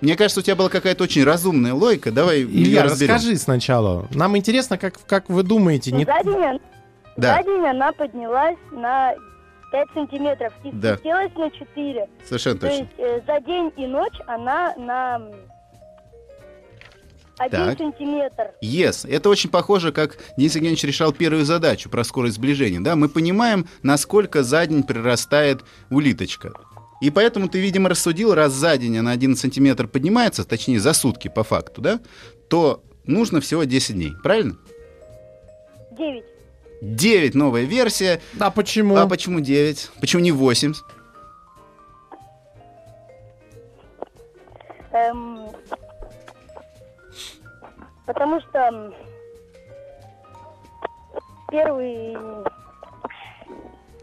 Speaker 4: Мне кажется, у тебя была какая-то очень разумная логика. Давай ее
Speaker 3: Илья,
Speaker 4: разберем.
Speaker 3: расскажи сначала. Нам интересно, как, как вы думаете. Не...
Speaker 5: За день, он-
Speaker 4: Да.
Speaker 5: за день она поднялась на 5 сантиметров и
Speaker 4: Да.
Speaker 5: спустилась на 4.
Speaker 4: Совершенно
Speaker 5: То
Speaker 4: точно.
Speaker 5: есть э, за день и ночь она на 1
Speaker 4: Так.
Speaker 5: сантиметр.
Speaker 4: Yes. Это очень похоже, как Денис Евгеньевич решал первую задачу про скорость сближения. Да, мы понимаем, насколько за день прирастает улиточка. И поэтому ты, видимо, рассудил, раз за день она 1 сантиметр поднимается, точнее, за сутки по факту, да, то нужно всего 10 дней, правильно?
Speaker 5: 9.
Speaker 4: 9 новая версия.
Speaker 3: А почему?
Speaker 4: А почему 9? Почему не 8?
Speaker 5: Эм, потому что м, первый...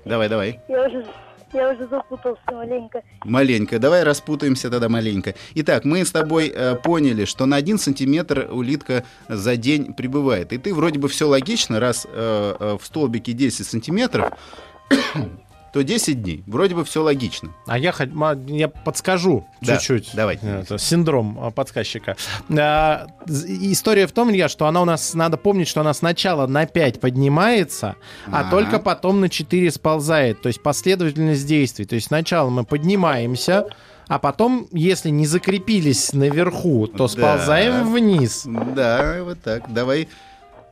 Speaker 4: Давай, давай.
Speaker 5: Я уже Я уже запутался маленько.
Speaker 4: Маленько. Давай распутаемся тогда маленько. Итак, мы с тобой э, поняли, что на один сантиметр улитка за день прибывает. И ты вроде бы все логично, раз э, э, в столбике 10 сантиметров, то 10 дней. Вроде бы все логично.
Speaker 3: А я, хоть- ма- я подскажу
Speaker 4: Да,
Speaker 3: чуть-чуть.
Speaker 4: давай.
Speaker 3: Это синдром а, подсказчика. А, з- история в том, Илья, что она у нас, надо помнить, что она сначала на 5 поднимается, а
Speaker 4: Ага.
Speaker 3: только потом на 4 сползает. То есть последовательность действий. То есть сначала мы поднимаемся, а потом, если не закрепились наверху, то
Speaker 4: Да.
Speaker 3: сползаем вниз.
Speaker 4: Да, вот так. Давай,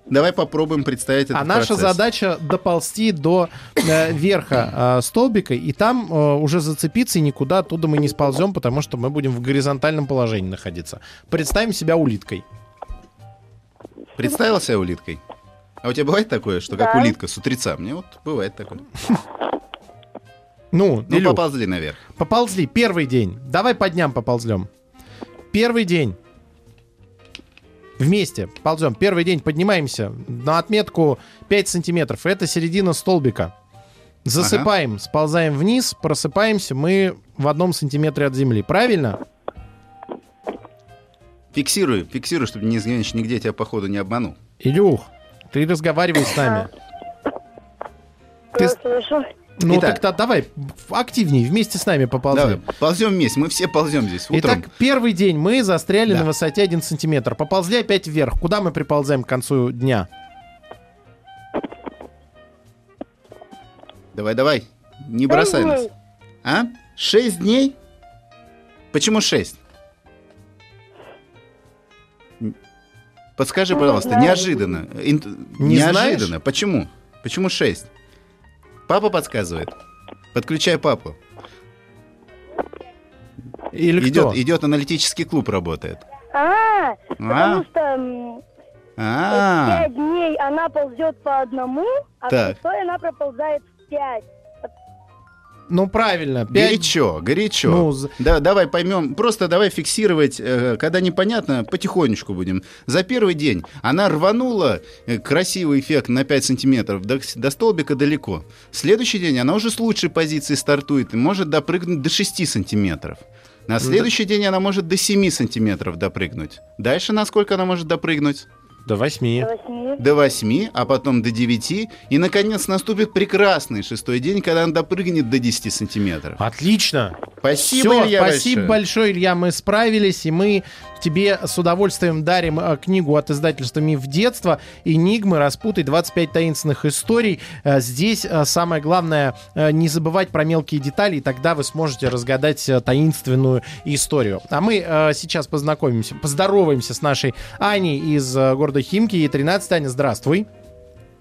Speaker 4: давай попробуем представить этот
Speaker 3: А наша
Speaker 4: процесс.
Speaker 3: задача доползти до э, верха э, столбика, и там э, уже зацепиться, и никуда оттуда мы не сползем, потому что мы будем в горизонтальном положении находиться. Представим себя улиткой.
Speaker 4: Представила себя улиткой? А у тебя бывает такое, что как
Speaker 5: Да.
Speaker 4: улитка с утреца? Мне вот бывает такое.
Speaker 3: Ну,
Speaker 4: Ну,
Speaker 3: Илюх,
Speaker 4: поползли наверх.
Speaker 3: поползли, первый день. Давай по дням поползлем. Первый день. Вместе ползем. Первый день поднимаемся на отметку 5 сантиметров. Это середина столбика. Засыпаем, сползаем вниз, просыпаемся мы в одном сантиметре от земли. Правильно?
Speaker 4: Фиксируй, фиксируй, чтобы не изгонишь нигде, тебя походу не обманул.
Speaker 3: Илюх, ты разговаривай с нами. Ты-
Speaker 5: Я слышу.
Speaker 3: Ну
Speaker 4: Итак.
Speaker 3: тогда давай в- активней, вместе с нами
Speaker 4: Давай,
Speaker 3: поползли.
Speaker 4: ползем вместе, мы все ползем здесь утром.
Speaker 3: Итак, первый день мы застряли
Speaker 4: Да.
Speaker 3: на высоте 1 сантиметр. Поползли опять вверх. Куда мы приползаем к концу дня?
Speaker 4: Давай, давай, не бросай нас.
Speaker 5: Эй,
Speaker 4: А? Шесть дней? Почему шесть? Н- Подскажи,
Speaker 5: Ну,
Speaker 4: пожалуйста,
Speaker 5: знаю.
Speaker 4: неожиданно. Ин-
Speaker 3: Не
Speaker 4: неожиданно.
Speaker 3: знаешь?
Speaker 4: Почему? Почему шесть? Папа подсказывает. Подключай папу.
Speaker 3: Или кто?
Speaker 4: Идет, идет аналитический клуб работает.
Speaker 5: А, потому
Speaker 4: А,
Speaker 5: что м, э,
Speaker 4: а,
Speaker 5: пять дней она ползет по одному, а
Speaker 4: Так.
Speaker 5: в шестой она проползает в пять.
Speaker 3: Ну правильно. Пять...
Speaker 4: горячо, горячо.
Speaker 3: Ну, з-
Speaker 4: Да, давай поймем. Просто давай фиксировать, э, когда непонятно, потихонечку будем. За первый день она рванула э, красивый эффект на 5 сантиметров до, до столбика далеко. Следующий день она уже с лучшей позиции стартует и может допрыгнуть до 6 сантиметров.
Speaker 3: Ну,
Speaker 4: На следующий день она может до 7 сантиметров допрыгнуть. Дальше насколько она может допрыгнуть?
Speaker 3: До восьми.
Speaker 5: До восьми.
Speaker 4: До 8, а потом до 9. И, наконец, наступит прекрасный шестой день, когда она допрыгнет до 10 сантиметров.
Speaker 3: Отлично.
Speaker 4: Спасибо,
Speaker 3: Всё,
Speaker 4: Илья,
Speaker 3: спасибо
Speaker 4: большое.
Speaker 3: большое, Илья. Мы справились, и мы тебе с удовольствием дарим э, книгу от издательства «Миф детства» «Энигмы. Распутай 25 таинственных историй». Э, Здесь э, самое главное э, не забывать про мелкие детали, и тогда вы сможете разгадать э, таинственную историю. А мы э, сейчас познакомимся, поздороваемся с нашей Аней из э, города Химки. Ей 13. Аня, здравствуй.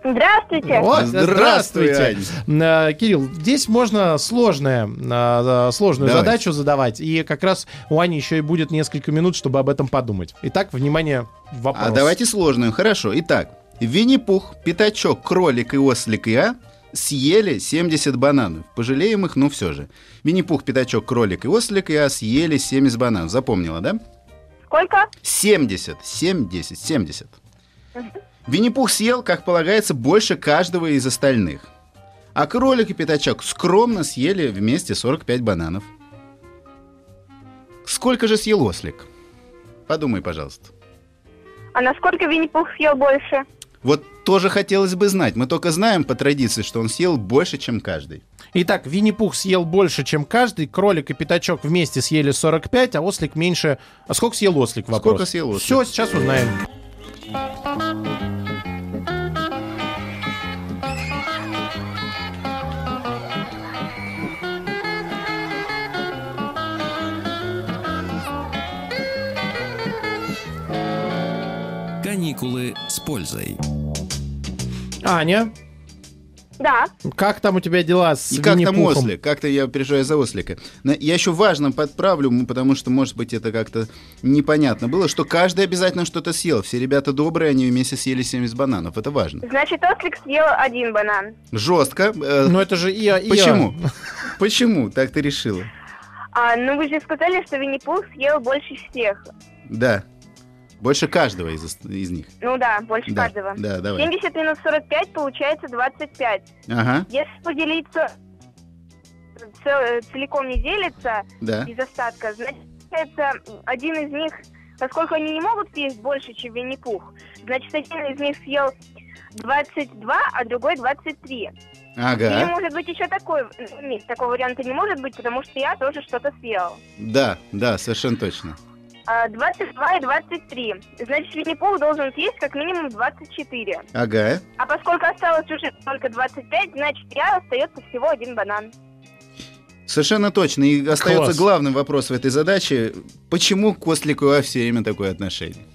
Speaker 5: Здравствуйте.
Speaker 3: О,
Speaker 4: Здравствуй,
Speaker 3: здравствуйте. Э, Кирилл, здесь можно сложное, э, сложную
Speaker 4: Давай.
Speaker 3: задачу задавать, и как раз у Ани еще и будет несколько минут, чтобы об этом подумать. Итак, внимание, вопрос.
Speaker 4: А давайте сложную. Хорошо. Итак, Винни-Пух, Пятачок, Кролик и Ослик и А съели 70 бананов. Пожалеем их, но все же. Винни-Пух, Пятачок, Кролик и Ослик и А съели 70 бананов. Запомнила, да?
Speaker 5: Сколько?
Speaker 4: 70, 70, 70. Винни-Пух съел, как полагается, больше каждого из остальных. А кролик и пятачок скромно съели вместе 45 бананов. Сколько же съел ослик? Подумай, пожалуйста.
Speaker 5: А насколько Винни-Пух съел больше?
Speaker 4: Вот тоже хотелось бы знать. Мы только знаем по традиции, что он съел больше, чем каждый.
Speaker 3: Итак, Винни-Пух съел больше, чем каждый, кролик и пятачок вместе съели 45, а ослик меньше... А сколько съел ослик? Вопрос.
Speaker 4: Сколько съел ослик?
Speaker 3: Все, сейчас узнаем.
Speaker 1: Каникулы с пользой.
Speaker 3: Аня,
Speaker 5: Да.
Speaker 3: как там у тебя дела с
Speaker 4: И как там
Speaker 3: Винни-Пухом?
Speaker 4: ослик? Как-то я переживаю за ослика. Но я еще важно подправлю, м, потому что, может быть, это как-то непонятно было, что каждый обязательно что-то съел. Все ребята добрые, они вместе съели 70 бананов. Это важно.
Speaker 5: Значит, ослик съел один банан.
Speaker 4: Жестко. э,
Speaker 3: Ну это же Иа, Иа.
Speaker 4: Почему? Почему так ты решила?
Speaker 5: А, ну вы же сказали, что Винни-Пух съел больше всех.
Speaker 4: Да. Больше каждого из, ост- из них.
Speaker 5: Ну да, больше
Speaker 4: Да,
Speaker 5: каждого.
Speaker 4: да, давай.
Speaker 5: 70 минус 45 получается 25.
Speaker 4: Ага.
Speaker 5: Если поделиться цел- э, целиком не делится
Speaker 4: Да.
Speaker 5: без остатка, значит, это один из них, поскольку они не могут съесть больше, чем Винни-Пух, значит, один из них съел 22, а другой 23. Или,
Speaker 4: Ага.
Speaker 5: может быть, еще такой, ну, нет, такого варианта не может быть, потому что я тоже что-то съела.
Speaker 4: Да, да, совершенно точно.
Speaker 5: А, 22 и 23. Значит, Винни-Пух должен съесть как минимум 24.
Speaker 4: Ага.
Speaker 5: А поскольку осталось уже только 25, значит, я остается всего один банан.
Speaker 4: Совершенно точно. И остается
Speaker 3: Класс.
Speaker 4: главным вопрос в этой задаче. Почему к ослику и Ва все время такое отношение?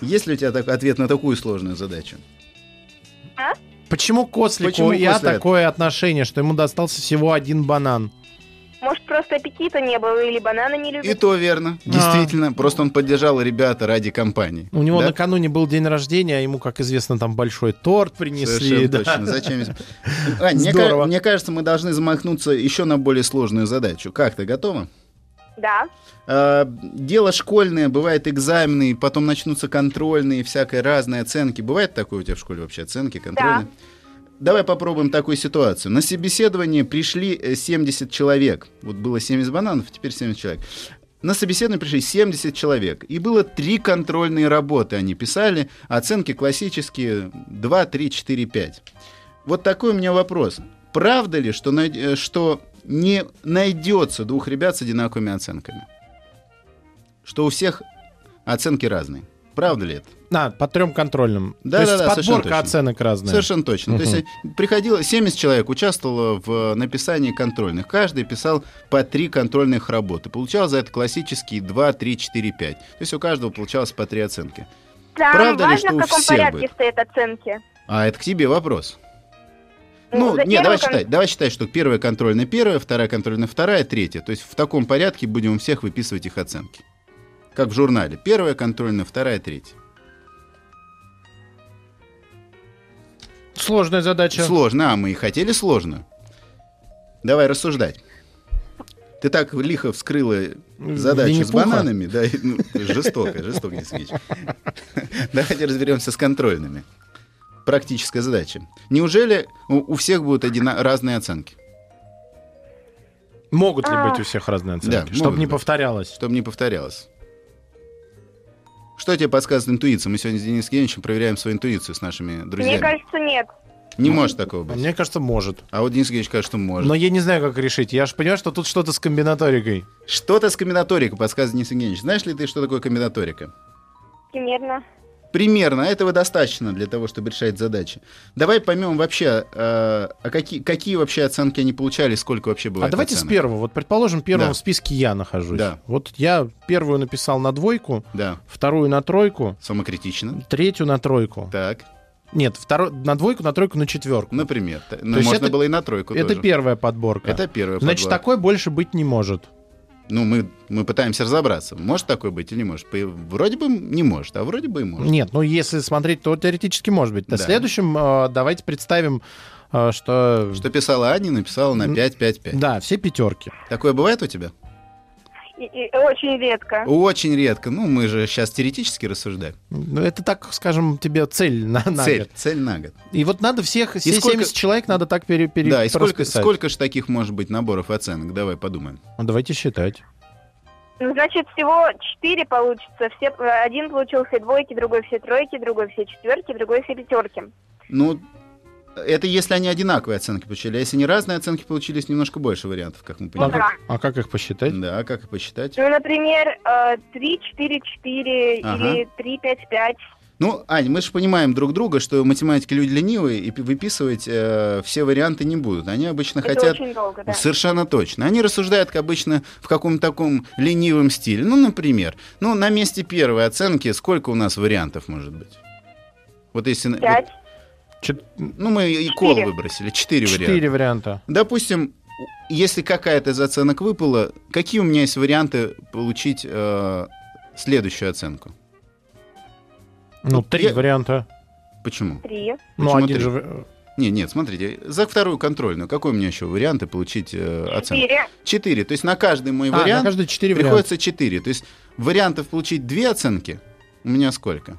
Speaker 4: Есть ли у тебя так- ответ на такую сложную задачу?
Speaker 3: Почему Кослику
Speaker 4: Почему
Speaker 3: я
Speaker 4: Кослик?
Speaker 3: такое отношение, что ему достался всего один банан?
Speaker 5: Может, просто аппетита не было или банана не любит?
Speaker 4: И то верно.
Speaker 3: Да.
Speaker 4: Действительно, просто он поддержал ребята ради компании.
Speaker 3: У него
Speaker 4: Да?
Speaker 3: накануне был день рождения, а ему, как известно, там большой торт принесли.
Speaker 4: Совершенно
Speaker 3: да.
Speaker 4: точно. Зачем? Ань, мне,
Speaker 3: Здорово.
Speaker 4: ка- мне кажется, мы должны замахнуться еще на более сложную задачу. Как ты готова?
Speaker 5: Да.
Speaker 4: Э, Дело школьное, бывает экзамены, потом начнутся контрольные, всякое разные оценки. Бывает такое у тебя в школе вообще оценки, контрольные? Давай попробуем такую ситуацию. На собеседование пришли э, 70 человек. Вот было 70 бананов, теперь 70 человек. На собеседование пришли 70 человек. И было три контрольные работы они писали. Оценки классические 2, 3, 4, 5. Вот такой у меня вопрос. Правда ли, что, най- э, что не найдется двух ребят с одинаковыми оценками? Что у всех оценки разные. Правда ли это?
Speaker 3: На, по трем контрольным.
Speaker 4: Да,
Speaker 3: То есть
Speaker 4: да, да, совершенно
Speaker 3: подборка
Speaker 4: точно.
Speaker 3: оценок разная.
Speaker 4: Совершенно точно. То есть э, приходило 70 человек участвовало в э, написании контрольных. Каждый писал по три контрольных работы. Получал за это классические 2, 3, 4, 5. То есть у каждого получалось по три оценки.
Speaker 5: Там
Speaker 4: Правда ли,
Speaker 5: важно,
Speaker 4: что у
Speaker 5: в каком
Speaker 4: всех
Speaker 5: порядке
Speaker 4: будет?
Speaker 5: стоят оценки.
Speaker 4: А это к тебе вопрос. Ну,
Speaker 5: за
Speaker 4: нет,
Speaker 5: первую
Speaker 4: давай
Speaker 5: кон-
Speaker 4: считать. Давай считать, что первая контрольная первая, вторая контрольная вторая, третья. То есть в таком порядке будем у всех выписывать их оценки. Как в журнале. Первая контрольная, вторая, третья.
Speaker 3: Сложная задача.
Speaker 4: Сложно, а мы и хотели сложно. Давай рассуждать. Ты так лихо вскрыла задачу с
Speaker 3: Винни-Пуха.
Speaker 4: бананами, да, и, ну, жестоко, жестоко действительно. Давайте разберемся с контрольными. Практическая задача. Неужели у, у всех будут одина- разные оценки,
Speaker 3: Могут ли
Speaker 5: А.
Speaker 3: быть у всех разные
Speaker 4: Да,
Speaker 3: оценки?
Speaker 4: могут
Speaker 3: чтобы не
Speaker 4: быть.
Speaker 3: повторялось.
Speaker 4: чтобы не повторялось? Что тебе подсказывает интуиция? Мы сегодня с Денисом Евгеньевичем проверяем свою интуицию с нашими друзьями.
Speaker 5: Мне кажется, нет.
Speaker 4: Не может такого быть.
Speaker 3: Мне кажется, может.
Speaker 4: А вот Денис Евгеньевич кажется, что может.
Speaker 3: Но я не знаю, как решить. Я же понимаю, что тут что-то с комбинаторикой. А
Speaker 4: Что-то с комбинаторикой, подсказывает Денис Евгеньевич. Знаешь ли ты, что такое комбинаторика?
Speaker 5: Примерно.
Speaker 4: Примерно этого достаточно для того, чтобы решать задачи. Давай поймем вообще, э, а какие, какие вообще оценки они получали, сколько вообще бывает
Speaker 3: а давайте
Speaker 4: оценок.
Speaker 3: с первого. Вот, предположим, первым
Speaker 4: Да.
Speaker 3: в списке я нахожусь.
Speaker 4: Да.
Speaker 3: Вот я первую написал на двойку,
Speaker 4: Да,
Speaker 3: вторую на тройку,
Speaker 4: самокритично.
Speaker 3: третью на тройку.
Speaker 4: Так,
Speaker 3: Нет, вторую на двойку, на тройку, на четверку.
Speaker 4: например. Т- ну,
Speaker 3: есть
Speaker 4: можно
Speaker 3: это-
Speaker 4: было и на тройку
Speaker 3: Это
Speaker 4: тоже.
Speaker 3: первая подборка.
Speaker 4: Это первое.
Speaker 3: Значит, такой больше быть не может.
Speaker 4: Ну, мы, мы пытаемся разобраться, может такое быть или не может. По- Вроде бы не может, а вроде бы и может.
Speaker 3: Нет, ну если смотреть, то теоретически может быть. На
Speaker 4: Да.
Speaker 3: следующем э, давайте представим, э, что...
Speaker 4: Что писала Аня, написала на
Speaker 3: Н-
Speaker 4: 5-5-5.
Speaker 3: Да, все пятерки.
Speaker 4: Такое бывает у тебя?
Speaker 5: И- и очень редко.
Speaker 4: Очень редко. Ну, мы же сейчас теоретически рассуждаем.
Speaker 3: Ну, это так, скажем, тебе цель на, на
Speaker 4: цель,
Speaker 3: год.
Speaker 4: цель на год.
Speaker 3: И вот надо всех, все
Speaker 4: сколько-
Speaker 3: 70 человек надо так пере, пере-
Speaker 4: да, и сколько,
Speaker 3: расписать.
Speaker 4: сколько же таких может быть наборов оценок? Давай подумаем.
Speaker 3: Ну, Давайте считать.
Speaker 5: Ну, значит, всего четыре получится. Все, э, один получил все двойки, другой все тройки, другой все четверки, другой все пятерки.
Speaker 4: Ну, это если они одинаковые оценки получили. А если не разные оценки получились, немножко больше вариантов, как мы
Speaker 5: Ну,
Speaker 4: понимаем.
Speaker 5: да.
Speaker 3: А как их посчитать?
Speaker 4: Да, как и посчитать.
Speaker 5: Ну, например, э, три, четыре, четыре
Speaker 4: Ага.
Speaker 5: или три, пять, пять.
Speaker 4: Ну, Ань, мы же понимаем друг друга, что математики люди ленивые, и пи- выписывать э, все варианты не будут. Они обычно
Speaker 5: Это
Speaker 4: хотят...
Speaker 5: очень долго, да.
Speaker 4: Совершенно точно. Они рассуждают, как обычно, в каком-то таком ленивом стиле. Ну, например, ну, на месте первой оценки сколько у нас вариантов может быть? Вот если... на-
Speaker 5: Пять.
Speaker 3: Чет-
Speaker 4: вот, ну, мы и колу
Speaker 5: Четыре.
Speaker 4: выбросили. Четыре варианта.
Speaker 3: Четыре варианта.
Speaker 4: Допустим, у- если какая-то из оценок выпала, какие у меня есть варианты получить э, следующую оценку?
Speaker 3: Ну, три
Speaker 4: я-
Speaker 3: варианта.
Speaker 4: Почему?
Speaker 5: Три.
Speaker 3: Ну,
Speaker 4: Почему
Speaker 3: один
Speaker 4: три?
Speaker 3: же... в-
Speaker 4: Не, нет, смотрите, за вторую контрольную, какой у меня еще варианты получить э, оценку?
Speaker 5: Четыре.
Speaker 4: Четыре. То есть на каждый мой
Speaker 3: А, на
Speaker 4: вариант
Speaker 3: каждый четыре варианта.
Speaker 4: приходится четыре. То есть вариантов получить две оценки у меня сколько?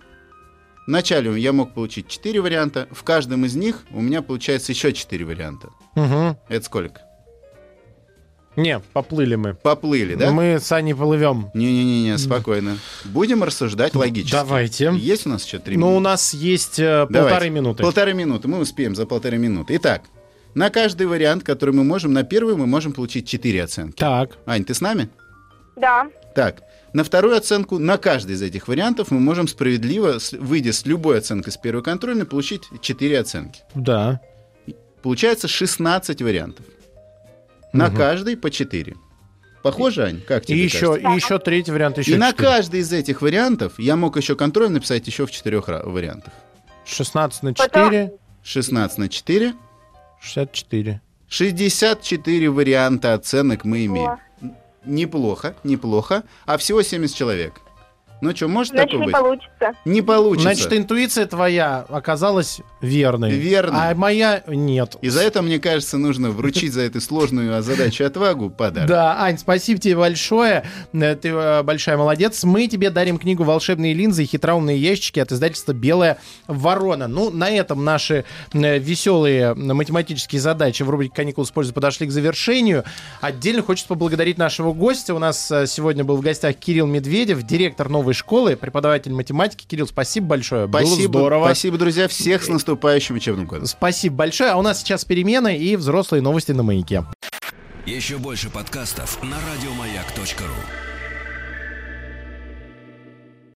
Speaker 4: В начале я мог получить 4 варианта, в каждом из них у меня получается еще 4 варианта.
Speaker 3: Мгм.
Speaker 4: Это сколько?
Speaker 3: Не, поплыли мы.
Speaker 4: Поплыли, да?
Speaker 3: Мы с Аней плывем.
Speaker 4: Не-не-не, спокойно. Будем рассуждать логически.
Speaker 3: Ну, Давайте.
Speaker 4: Есть у нас еще 3
Speaker 3: Ну, у нас есть э,
Speaker 4: Давайте.
Speaker 3: полторы минуты.
Speaker 4: Полторы минуты. Мы успеем за полторы минуты. Итак, на каждый вариант, который мы можем, на первый мы можем получить 4 оценки.
Speaker 3: Так.
Speaker 4: Ань, ты с нами?
Speaker 5: Да.
Speaker 4: Так. На вторую оценку, на каждый из этих вариантов мы можем справедливо, с- выйдя с любой оценкой с первой контрольной, получить 4 оценки.
Speaker 3: Да.
Speaker 4: Получается 16 вариантов. На
Speaker 3: Мгм.
Speaker 4: каждый по 4. Похоже, Ань, как
Speaker 3: И
Speaker 4: тебе
Speaker 3: еще,
Speaker 4: кажется?
Speaker 3: и еще третий вариант, еще
Speaker 4: И на
Speaker 3: четыре.
Speaker 4: каждый из этих вариантов я мог еще контроль написать еще в четырех вариантах.
Speaker 3: 16 на
Speaker 5: Потом-
Speaker 3: 4,
Speaker 4: 16 на 4
Speaker 3: 64.
Speaker 4: 64 варианта оценок мы имеем.
Speaker 5: О.
Speaker 4: Н- Неплохо, неплохо. А всего 70 человек. Ну что, может
Speaker 5: Значит,
Speaker 4: такое
Speaker 5: не
Speaker 4: быть?
Speaker 5: получится.
Speaker 4: Не получится.
Speaker 3: Значит, интуиция твоя оказалась верной.
Speaker 4: Верной.
Speaker 3: А моя нет.
Speaker 4: И за это, мне кажется, нужно вручить за эту сложную а задачу отвагу подарок.
Speaker 3: Да, Ань, спасибо тебе большое. Э, Ты э, большая молодец. Мы тебе дарим книгу «Волшебные линзы и хитроумные ящики» от издательства «Белая ворона». Ну, на этом наши э, веселые математические задачи в рубрике «Каникулы с пользой» подошли к завершению. Отдельно хочется поблагодарить нашего гостя. У нас э, сегодня был в гостях Кирилл Медведев, директор новой школы, преподаватель математики. Кирилл, спасибо большое. Было
Speaker 4: Спасибо,
Speaker 3: здорово.
Speaker 4: спасибо, друзья, всех с наступающим учебным годом.
Speaker 3: Спасибо большое. А у нас сейчас перемены и взрослые новости на маяке.
Speaker 1: Еще больше подкастов на радиомаяк.ру.